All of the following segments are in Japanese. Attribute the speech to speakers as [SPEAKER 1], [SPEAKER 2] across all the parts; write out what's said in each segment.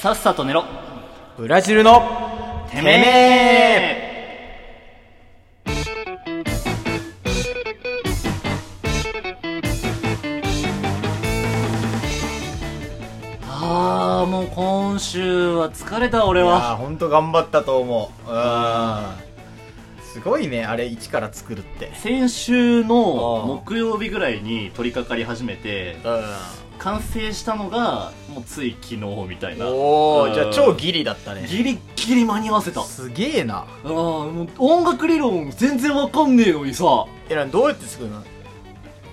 [SPEAKER 1] さっさと寝ろ
[SPEAKER 2] ブラジルの
[SPEAKER 1] て
[SPEAKER 2] め
[SPEAKER 1] えああもう今週は疲れた俺
[SPEAKER 2] い
[SPEAKER 1] は
[SPEAKER 2] や本当頑張ったと思ううんすごいねあれ一から作るって
[SPEAKER 1] 先週
[SPEAKER 2] あー
[SPEAKER 1] の木曜日ぐらいに取り掛かり始めて完成したのがもうつい昨日みたいな
[SPEAKER 2] お
[SPEAKER 1] う
[SPEAKER 2] お
[SPEAKER 1] ん
[SPEAKER 2] じゃあ超ギリだったね
[SPEAKER 1] ギリギリ間に合わせたあ
[SPEAKER 2] すげえな
[SPEAKER 1] あもう音楽理論全然わかんねえのにさ
[SPEAKER 2] えらどうやって作るの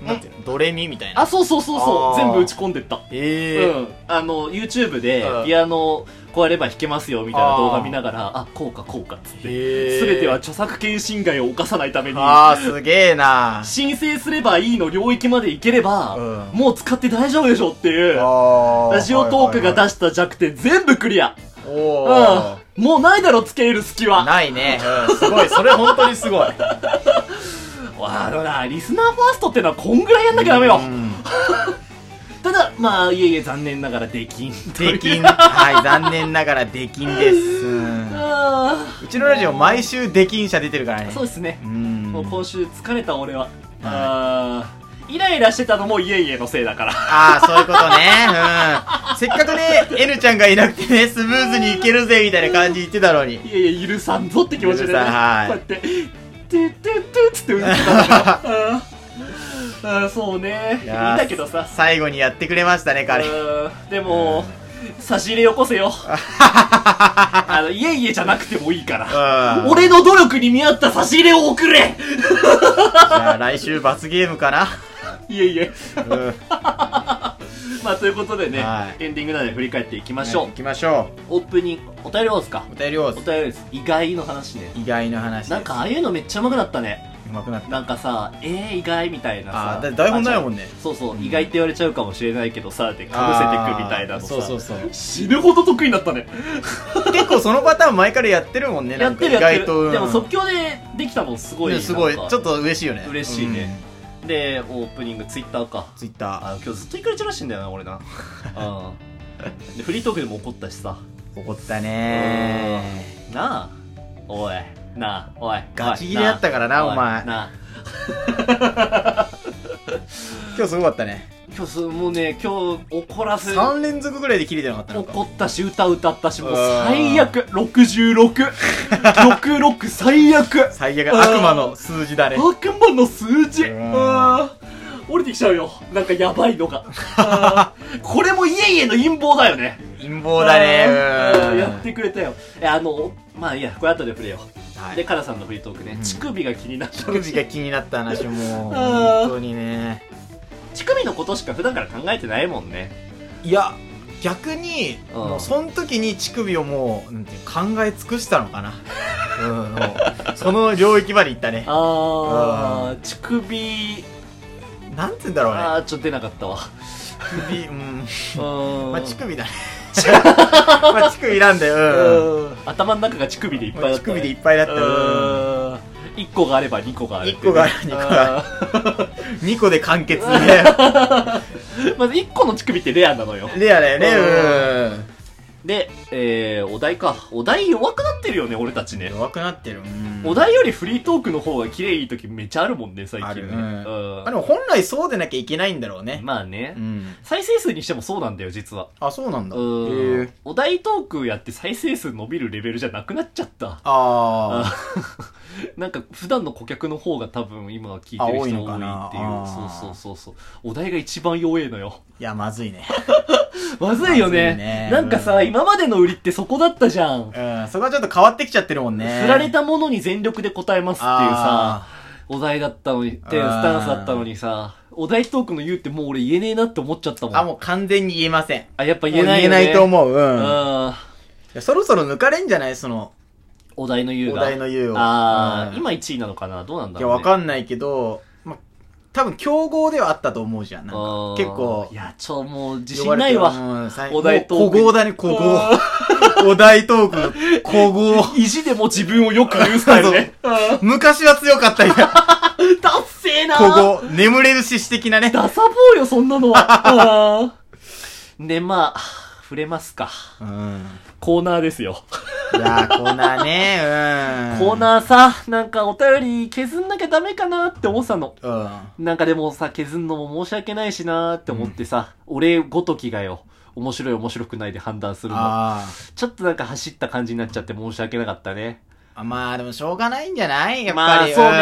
[SPEAKER 2] なんていうのドレミみたいな
[SPEAKER 1] あそうそうそうそう
[SPEAKER 2] あー
[SPEAKER 1] 全部打ち込んでった
[SPEAKER 2] ええ
[SPEAKER 1] うん、あの YouTube で
[SPEAKER 2] うん
[SPEAKER 1] ピアノこうやれば弾けますよみたいな
[SPEAKER 2] あー
[SPEAKER 1] 動画見ながらあこうかこうかっつって
[SPEAKER 2] へー
[SPEAKER 1] 全ては著作権侵害を犯さないために
[SPEAKER 2] ああすげえな
[SPEAKER 1] 申請すればいいの領域までいければ、
[SPEAKER 2] うん
[SPEAKER 1] もう使って大丈夫でしょっていうラ
[SPEAKER 2] ラ
[SPEAKER 1] ジオトークが
[SPEAKER 2] し
[SPEAKER 1] 出した弱点全部クリア、
[SPEAKER 2] おお
[SPEAKER 1] うん、もうないだろつけ入る隙は
[SPEAKER 2] ないねうんすごいそれ本当にすごい
[SPEAKER 1] わあでもなリスナーファーストってのはこんぐらいやんなきゃダメよ
[SPEAKER 2] うん
[SPEAKER 1] ただまあいえいえ残念ながらできんという
[SPEAKER 2] できんはい残念ながらできんですうん
[SPEAKER 1] あ
[SPEAKER 2] うちのラジオ毎週出禁者出てるから
[SPEAKER 1] ー
[SPEAKER 2] ね
[SPEAKER 1] そうですね
[SPEAKER 2] うん
[SPEAKER 1] もう今週疲れた俺は、あーイライラしてたのもいえいえのせいだから
[SPEAKER 2] ああそういうことねうんせっかくね N ちゃんがいなくてねスムーズにいけるぜみたいな感じ言ってたのに
[SPEAKER 1] いえいえ許さんぞって気持ちでね
[SPEAKER 2] 許さんはい
[SPEAKER 1] こうやって「トゥトゥトゥ」っつって打 ってたからあーあーそうねいいん
[SPEAKER 2] やー
[SPEAKER 1] だけどさ
[SPEAKER 2] 最後にやってくれましたね彼
[SPEAKER 1] うんでも差し入れよこせ よあのいえいえじゃなくてもいいから
[SPEAKER 2] うん
[SPEAKER 1] 俺の努力に見合った差し入れを送れ
[SPEAKER 2] じゃあ来週罰ゲームかな
[SPEAKER 1] いえいえ
[SPEAKER 2] うん
[SPEAKER 1] まあということでね、
[SPEAKER 2] はい
[SPEAKER 1] エンディングなので振り返っていきましょう、
[SPEAKER 2] 行きましょ
[SPEAKER 1] オープニングお便りをですか
[SPEAKER 2] うお便りを
[SPEAKER 1] お便りです意外の話ね
[SPEAKER 2] 意外の話
[SPEAKER 1] なんかああいうのめっちゃうまくなったね
[SPEAKER 2] うまくなった
[SPEAKER 1] なんかさえー、意外みたいなさ
[SPEAKER 2] あーだ台本ないも
[SPEAKER 1] ん
[SPEAKER 2] んね
[SPEAKER 1] そうそう、意外って言われちゃうかもしれないけどさってかぶせてくみたいなの
[SPEAKER 2] あー
[SPEAKER 1] さ
[SPEAKER 2] そうそうそう
[SPEAKER 1] 死ぬほど得意になったね
[SPEAKER 2] 結構そのパターン前からやってるもんね
[SPEAKER 1] や
[SPEAKER 2] なん
[SPEAKER 1] っ
[SPEAKER 2] か
[SPEAKER 1] て
[SPEAKER 2] 意
[SPEAKER 1] るやって
[SPEAKER 2] 外
[SPEAKER 1] る
[SPEAKER 2] とうん
[SPEAKER 1] でも即興でできたのすごい
[SPEAKER 2] ねすごいち
[SPEAKER 1] な
[SPEAKER 2] ょ
[SPEAKER 1] ん
[SPEAKER 2] っ
[SPEAKER 1] か
[SPEAKER 2] と嬉しいよね
[SPEAKER 1] 嬉しいねでオープニングツイッターか
[SPEAKER 2] ツイッター
[SPEAKER 1] あ今日ずっといかれてらしいんだよな 俺なうんでフリートークでも怒ったしさ
[SPEAKER 2] 怒ったね
[SPEAKER 1] なあおいなあおい
[SPEAKER 2] ガチギレやったからなお前
[SPEAKER 1] なあ
[SPEAKER 2] 今日すごかったね
[SPEAKER 1] 今日すもうね今日怒らせ
[SPEAKER 2] 3連続ぐらいで切れてなかったのか
[SPEAKER 1] 怒ったし歌歌ったしもう
[SPEAKER 2] うん
[SPEAKER 1] 最悪6666最悪
[SPEAKER 2] 最悪悪魔の数字だね
[SPEAKER 1] 悪魔の数字
[SPEAKER 2] うん
[SPEAKER 1] あー降りてきちゃうよなんかやばいの があーこれもいえいえの陰謀だよね
[SPEAKER 2] 陰謀だ
[SPEAKER 1] あー
[SPEAKER 2] ね
[SPEAKER 1] やってくれたよえあのまあいいやこれ後で触れよ
[SPEAKER 2] うんは
[SPEAKER 1] で
[SPEAKER 2] い
[SPEAKER 1] カラさんのフリートークね
[SPEAKER 2] うん
[SPEAKER 1] 乳首が気になった
[SPEAKER 2] 乳首が気になった話も
[SPEAKER 1] ん
[SPEAKER 2] 本当にね
[SPEAKER 1] 乳首のことしか普段から考えてないもんね
[SPEAKER 2] いや逆に
[SPEAKER 1] うん
[SPEAKER 2] もうその時に乳首をもうなんていうの考え尽くしたの かなうんもうその領域まで行ったね
[SPEAKER 1] ああ乳首
[SPEAKER 2] なんて言うんだろうね
[SPEAKER 1] ああちょっと出なかったわ
[SPEAKER 2] 首うん
[SPEAKER 1] うん
[SPEAKER 2] まあ乳首だね まあ乳首なんだようん
[SPEAKER 1] 頭の中が乳首でいっぱいだった、ね、
[SPEAKER 2] 乳首でいっぱいだったうん
[SPEAKER 1] うん1個があれば2個があるっていう
[SPEAKER 2] 一個があれば二個が2個で完結ね
[SPEAKER 1] うんまず1個の乳首ってレアなのよ
[SPEAKER 2] レアだよ
[SPEAKER 1] う
[SPEAKER 2] ねうん
[SPEAKER 1] で、えー、お題かお題弱くなってるよね俺たちね
[SPEAKER 2] 弱くなってる、うん
[SPEAKER 1] お題よりフリートークの方が綺麗いい時めちゃあるもんね最近ね
[SPEAKER 2] あるね
[SPEAKER 1] うん
[SPEAKER 2] あでも本来そうでなきゃいけないんだろうね、
[SPEAKER 1] まあね、
[SPEAKER 2] うん
[SPEAKER 1] 再生数にしてもそうなんだよ実は
[SPEAKER 2] あそうなんだ
[SPEAKER 1] うん
[SPEAKER 2] へえ
[SPEAKER 1] お題トークやって再生数伸びるレベルじゃなくなっちゃった
[SPEAKER 2] あ
[SPEAKER 1] なんか普段の顧客の方が多分今聞いてる人多いっていう
[SPEAKER 2] あ多いのかな
[SPEAKER 1] そう
[SPEAKER 2] あー
[SPEAKER 1] そうそうそうお題が一番弱えのよ
[SPEAKER 2] ーいやまずいね
[SPEAKER 1] まずいよね
[SPEAKER 2] まずいね
[SPEAKER 1] なんかさ、
[SPEAKER 2] うん
[SPEAKER 1] 今までの売りってそこだったじゃん、
[SPEAKER 2] うんそこはちょっと変わってきちゃってるもんね
[SPEAKER 1] 振られたものに全力で答えますっていうさ
[SPEAKER 2] あ
[SPEAKER 1] お題だったのにっていうスタンスだったのにさお題トークの言うってもう俺言えねえなって思っちゃったもん
[SPEAKER 2] あもう完全に言えません
[SPEAKER 1] あやっぱ言えない
[SPEAKER 2] も
[SPEAKER 1] よ、
[SPEAKER 2] う
[SPEAKER 1] ね、
[SPEAKER 2] 言えないと思ううん
[SPEAKER 1] う
[SPEAKER 2] い
[SPEAKER 1] ん
[SPEAKER 2] やそろそろ抜かれんじゃないその
[SPEAKER 1] お題の言う
[SPEAKER 2] お
[SPEAKER 1] が
[SPEAKER 2] 題の言うを
[SPEAKER 1] ああ、
[SPEAKER 2] うん
[SPEAKER 1] 今1位なのかなどうなんだ
[SPEAKER 2] い
[SPEAKER 1] ろ
[SPEAKER 2] や
[SPEAKER 1] う、ね、
[SPEAKER 2] わかんないけどま多分競合ではあったと思うじゃんなん
[SPEAKER 1] あ
[SPEAKER 2] か
[SPEAKER 1] ー
[SPEAKER 2] 結構
[SPEAKER 1] いや、ちょ、もう自
[SPEAKER 2] 呼ば
[SPEAKER 1] 信
[SPEAKER 2] れ
[SPEAKER 1] な
[SPEAKER 2] て
[SPEAKER 1] い
[SPEAKER 2] る
[SPEAKER 1] わ。
[SPEAKER 2] うんさい
[SPEAKER 1] お題トーク
[SPEAKER 2] もう古豪だね古豪お題トーク古豪
[SPEAKER 1] 意地でも自分をよく言うスタイル ね。うん
[SPEAKER 2] 昔は強かっ たみたいな。
[SPEAKER 1] ダッセーなー
[SPEAKER 2] ここ、眠れる獅子的なね。
[SPEAKER 1] ダサぼうよ、そんなのは。うんで、まあ、触れますか。
[SPEAKER 2] うん。
[SPEAKER 1] コーナーですよ。
[SPEAKER 2] いやー、コーナーね、うん。
[SPEAKER 1] コーナーさ、なんかお便り削んなきゃダメかなって思ってたの。
[SPEAKER 2] ー。
[SPEAKER 1] なんかでもさ、削んのも申し訳ないしなーって思ってさ、俺ごときがよ、面白い面白くないで判断す
[SPEAKER 2] うん。
[SPEAKER 1] るの。
[SPEAKER 2] あ
[SPEAKER 1] ちょっとなんか走った感じになっちゃって申し訳なかったね。
[SPEAKER 2] あ。まあ、でもしょうがないんじゃないやっ
[SPEAKER 1] まあ
[SPEAKER 2] ぱり。
[SPEAKER 1] そうね
[SPEAKER 2] ん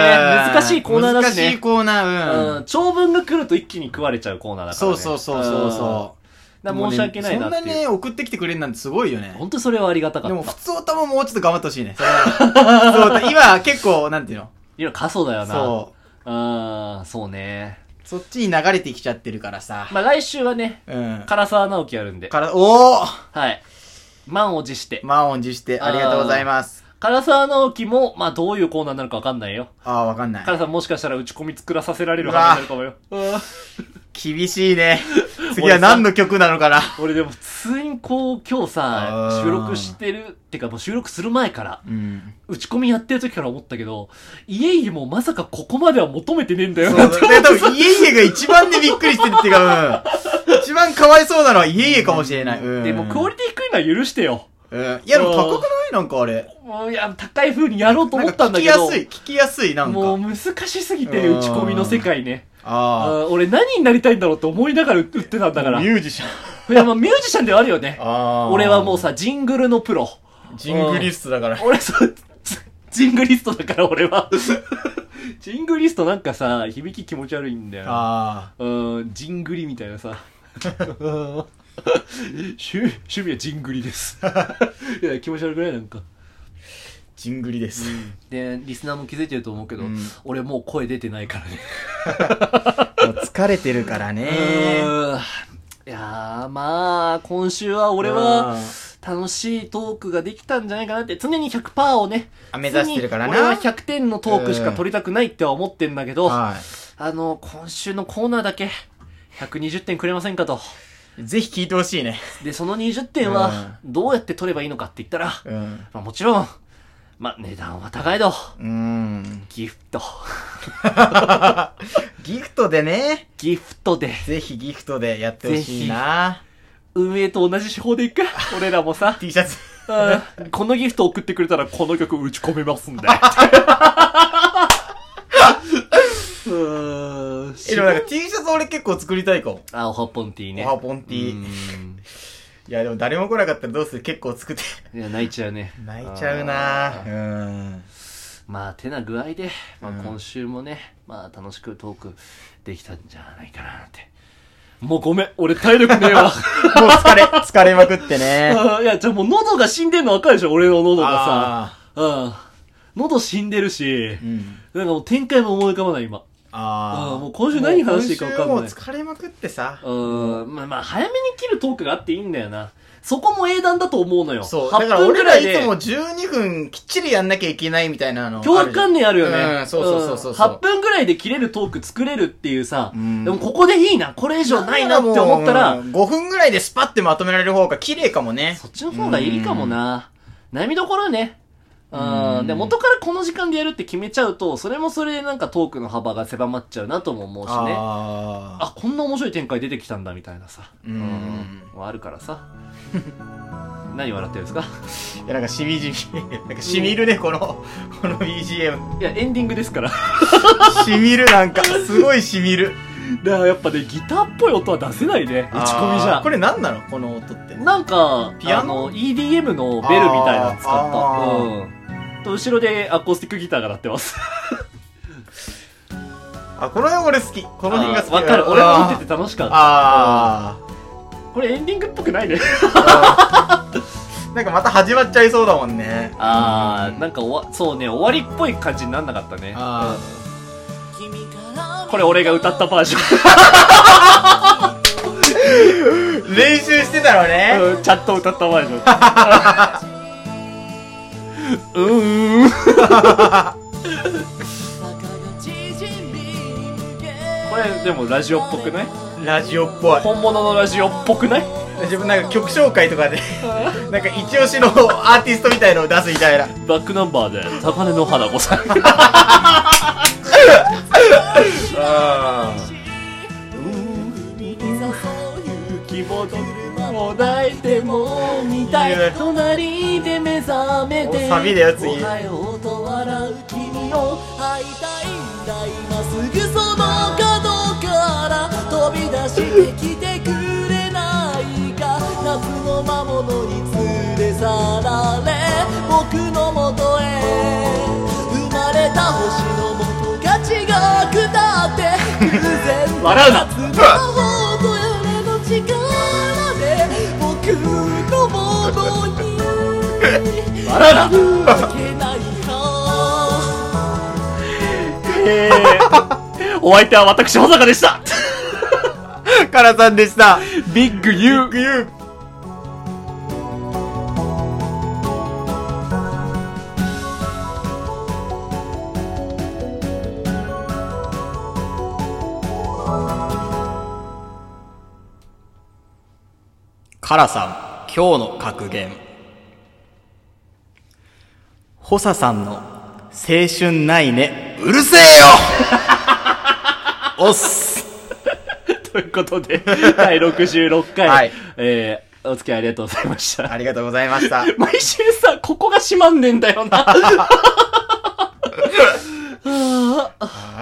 [SPEAKER 1] 難しいコーナーだしね
[SPEAKER 2] 難しいコーナ
[SPEAKER 1] う
[SPEAKER 2] ー、うん。
[SPEAKER 1] ん、長文が来ると一気に食われちゃうコーナーだから
[SPEAKER 2] そ
[SPEAKER 1] ね。
[SPEAKER 2] うそうそうそうそ
[SPEAKER 1] うん。
[SPEAKER 2] う。
[SPEAKER 1] だから申し訳ないなっていう。
[SPEAKER 2] もうねそんなね、送ってきてくれるなんてすごいよね。
[SPEAKER 1] 本当にそれはありがたか
[SPEAKER 2] で
[SPEAKER 1] った。
[SPEAKER 2] も、普通歌ももうちょっと頑張ってほしいね。それは 普通歌今、結構、なんていうの
[SPEAKER 1] 今、過疎だよな。。
[SPEAKER 2] そう
[SPEAKER 1] あー、そうね。
[SPEAKER 2] う。そっちに流れてきちゃってるからさ。
[SPEAKER 1] まあ来週はね、
[SPEAKER 2] うん。
[SPEAKER 1] 唐沢直樹やるんで。
[SPEAKER 2] から、おー
[SPEAKER 1] はい。満を持して。
[SPEAKER 2] 満を持して、ありがとうございます。
[SPEAKER 1] 唐沢直樹も、まあどういうコーナーになるかわかんないよ。
[SPEAKER 2] ああー、わかんない
[SPEAKER 1] 唐。沢もしかしたら打ち込み作らさせられる話になるかもよ。
[SPEAKER 2] 厳し いね。次は何の曲なのかな。
[SPEAKER 1] 俺でも普通にこう今日
[SPEAKER 2] あ
[SPEAKER 1] さ
[SPEAKER 2] ー、
[SPEAKER 1] 収録してる、ってかもう収録する前から、
[SPEAKER 2] うん。
[SPEAKER 1] 打ち込みやってる時から思ったけど、家々もまさかここまでは求めてねえんだよ
[SPEAKER 2] そう
[SPEAKER 1] な
[SPEAKER 2] だ
[SPEAKER 1] って
[SPEAKER 2] ね。多分、家々が一番ね、びっくりしてるっていうか、うん。一番かわいそうなのは家々かもしれない。うん。
[SPEAKER 1] でもクオリティ低いのは許してよ。
[SPEAKER 2] うん。いや、でも高くないなんかあれ。
[SPEAKER 1] もういや、高い風にやろうと
[SPEAKER 2] な
[SPEAKER 1] 思
[SPEAKER 2] ん
[SPEAKER 1] った
[SPEAKER 2] か
[SPEAKER 1] ん
[SPEAKER 2] 聞
[SPEAKER 1] だ
[SPEAKER 2] き
[SPEAKER 1] け
[SPEAKER 2] や
[SPEAKER 1] ど。
[SPEAKER 2] すい、聞きやすい、なん
[SPEAKER 1] もう
[SPEAKER 2] か。
[SPEAKER 1] 難しすぎてね、
[SPEAKER 2] うん
[SPEAKER 1] 打ち込みの世界ね。
[SPEAKER 2] あ
[SPEAKER 1] あー俺何になりたいんだろうって思いながら打ってたんだか
[SPEAKER 2] あ。
[SPEAKER 1] ら。い
[SPEAKER 2] ミュージシャン。
[SPEAKER 1] や、まあミュージシャンではあるよね。
[SPEAKER 2] ああ。
[SPEAKER 1] 俺はもう、さ、ジングルのプロ。
[SPEAKER 2] ジングリストだから。
[SPEAKER 1] 俺そう、ジングリストだから俺 は。ジングリストなんかさ、響き気持ち悪いんだよな。
[SPEAKER 2] あ
[SPEAKER 1] うん、ジングリみたいな さ。趣趣味はジングリ です。いや、気持ち悪くないなんか。
[SPEAKER 2] あ。ジングリです。
[SPEAKER 1] で、リスナーも気づいてると思うけど、
[SPEAKER 2] うん
[SPEAKER 1] 俺もう声出てないからね。
[SPEAKER 2] もう疲れてるからね。
[SPEAKER 1] うーんいやーまあ今週は俺
[SPEAKER 2] う
[SPEAKER 1] は
[SPEAKER 2] ん
[SPEAKER 1] 楽しいトークができたんじゃないかなって常に100%をね
[SPEAKER 2] あ目指してるからな
[SPEAKER 1] 常に俺は100点のトークしか取りたくないっては思ってんだけど、あ
[SPEAKER 2] は
[SPEAKER 1] の今週のコーナーだけ120点くれませんかと
[SPEAKER 2] い。ぜひ聞いてほしいね。
[SPEAKER 1] でその20点はどうやって取ればいいのかって言ったら、
[SPEAKER 2] うん。
[SPEAKER 1] まあ、もちろんまあ値段は高いど
[SPEAKER 2] うん。
[SPEAKER 1] ギフト
[SPEAKER 2] ギフトでね。
[SPEAKER 1] ギフトで
[SPEAKER 2] ぜひギフトでやってほしいな。
[SPEAKER 1] 運営と同じ手法でいく俺らもさ
[SPEAKER 2] T シャツ。
[SPEAKER 1] うん このギフト送ってくれたらこの曲打ち込めますん で。うーん
[SPEAKER 2] え、でもなんか T シャツ俺結構作りたいかも。
[SPEAKER 1] あ、おはぽんティーね。
[SPEAKER 2] おはぽんティーいや、でも誰も来なかったらどうする結構作って。
[SPEAKER 1] ー。いや、泣いちゃうね。
[SPEAKER 2] 泣いちゃうな
[SPEAKER 1] あー
[SPEAKER 2] うん。
[SPEAKER 1] まあ、手な具合で、まあ、
[SPEAKER 2] うん
[SPEAKER 1] 今週もね、まあ、楽しくトークできたんじゃないかなって。もうごめん、俺体力ねえ わ。
[SPEAKER 2] もう疲れ、疲れまくってね。
[SPEAKER 1] あーいや、じゃあもう喉が死んでんのわかるでしょ、俺の喉が
[SPEAKER 2] あ
[SPEAKER 1] さ。うん。喉死んでるし
[SPEAKER 2] ー。う、ん。
[SPEAKER 1] なんかもう展開も思い浮かばない、今。
[SPEAKER 2] あ
[SPEAKER 1] あ
[SPEAKER 2] あ。
[SPEAKER 1] ーもう今週何話していいか分かんない
[SPEAKER 2] もう今週もう疲れまくってさ。
[SPEAKER 1] うん、まあまあ、早めに切るトークがあっていいんだよな。そこも英断だと思うのよ。
[SPEAKER 2] そう。だ
[SPEAKER 1] 8
[SPEAKER 2] から
[SPEAKER 1] 分
[SPEAKER 2] 俺
[SPEAKER 1] く
[SPEAKER 2] ら
[SPEAKER 1] らい
[SPEAKER 2] いつ
[SPEAKER 1] で
[SPEAKER 2] も、12分きっちりやんなきゃいけないみたいなの。
[SPEAKER 1] 脅迫観念あるよね。
[SPEAKER 2] うんそうそうそうそうそうん
[SPEAKER 1] 8分くらいで切れるトーク作れるっていうさ、
[SPEAKER 2] うん
[SPEAKER 1] でもここでいいな、これ以上ないなって思ったら、
[SPEAKER 2] 5分ぐらいでスパってまとめられる方が綺麗かもね。
[SPEAKER 1] そっちの方がいいかもな。悩みどころね。う。
[SPEAKER 2] うんん
[SPEAKER 1] で、元からこの時間でやるって決めちゃうと、それもそれでなんかトークの幅が狭まっちゃうなとも思うしね。
[SPEAKER 2] あ
[SPEAKER 1] あこんな面白い展開出てきたんだみたいなさ
[SPEAKER 2] うん
[SPEAKER 1] うんあるからさ 何笑ってるんですか
[SPEAKER 2] ー。いや、なんかしみじみ。 なんかしみるね、この、 この BGM。
[SPEAKER 1] いやエンディングです からだか
[SPEAKER 2] しみるなんか、すごいしみる。
[SPEAKER 1] らやっぱねギターっぽい音は出せないね打ち込みじ
[SPEAKER 2] あ
[SPEAKER 1] ゃ
[SPEAKER 2] ーこれ何なのこの音って。
[SPEAKER 1] なんか
[SPEAKER 2] ピアノ
[SPEAKER 1] あの EDM のベルみたいなの
[SPEAKER 2] あー
[SPEAKER 1] 使ったうんと後ろでアコースティックギターが鳴ってます
[SPEAKER 2] あ、この辺俺好き。この辺が好き。
[SPEAKER 1] あーわかる俺も見て
[SPEAKER 2] て。
[SPEAKER 1] て楽しかった
[SPEAKER 2] あー
[SPEAKER 1] これエンディングっぽくない ね
[SPEAKER 2] あー。なんかまた始まっちゃいそうだもんね。
[SPEAKER 1] ああなんか終わそうね終わりっぽい感じになんなかったね
[SPEAKER 2] あー。
[SPEAKER 1] これ俺が歌ったバージョ
[SPEAKER 2] 練習してたのね。
[SPEAKER 1] ンうんちゃんと歌ったバージョ ン うーんこれでもラジオっぽくない
[SPEAKER 2] ラジオっぽい。
[SPEAKER 1] 本物のラジオっぽくない
[SPEAKER 2] 自分なんか曲紹介とかで、なんか一押しのアーティストみたいのを出すみたいな。
[SPEAKER 1] バックナンバーで高根の花子さん
[SPEAKER 2] あ
[SPEAKER 1] 希望と
[SPEAKER 3] も抱いても見た
[SPEAKER 1] いや
[SPEAKER 3] い隣で目覚めて
[SPEAKER 1] おサビだよ次
[SPEAKER 3] お はようと笑う君を会いたいんだ今すぐその角から飛び出してきてくれないか夏の魔物に連れ去られ僕のもとへ生まれた星のもとが違くたって偶然
[SPEAKER 1] 笑うな
[SPEAKER 3] 夏の王と俺の力で僕のものに
[SPEAKER 1] 笑うな
[SPEAKER 3] 負けないか
[SPEAKER 1] え
[SPEAKER 3] お相手は私保坂でした
[SPEAKER 1] ー、カラさんでした。
[SPEAKER 3] ビッグ
[SPEAKER 1] ゆ
[SPEAKER 3] U
[SPEAKER 1] うくゆう。
[SPEAKER 2] カラさん、今日の格言。ホサさんの、青春ないね。うるせえよ おっす。
[SPEAKER 3] ということで第66回、
[SPEAKER 1] はい
[SPEAKER 3] えーお付き合いありがとうございました
[SPEAKER 1] ありがとうございました。
[SPEAKER 3] 毎週さここが閉まんねんだよなあ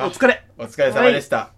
[SPEAKER 3] ーお疲れ
[SPEAKER 1] お疲れ様でした。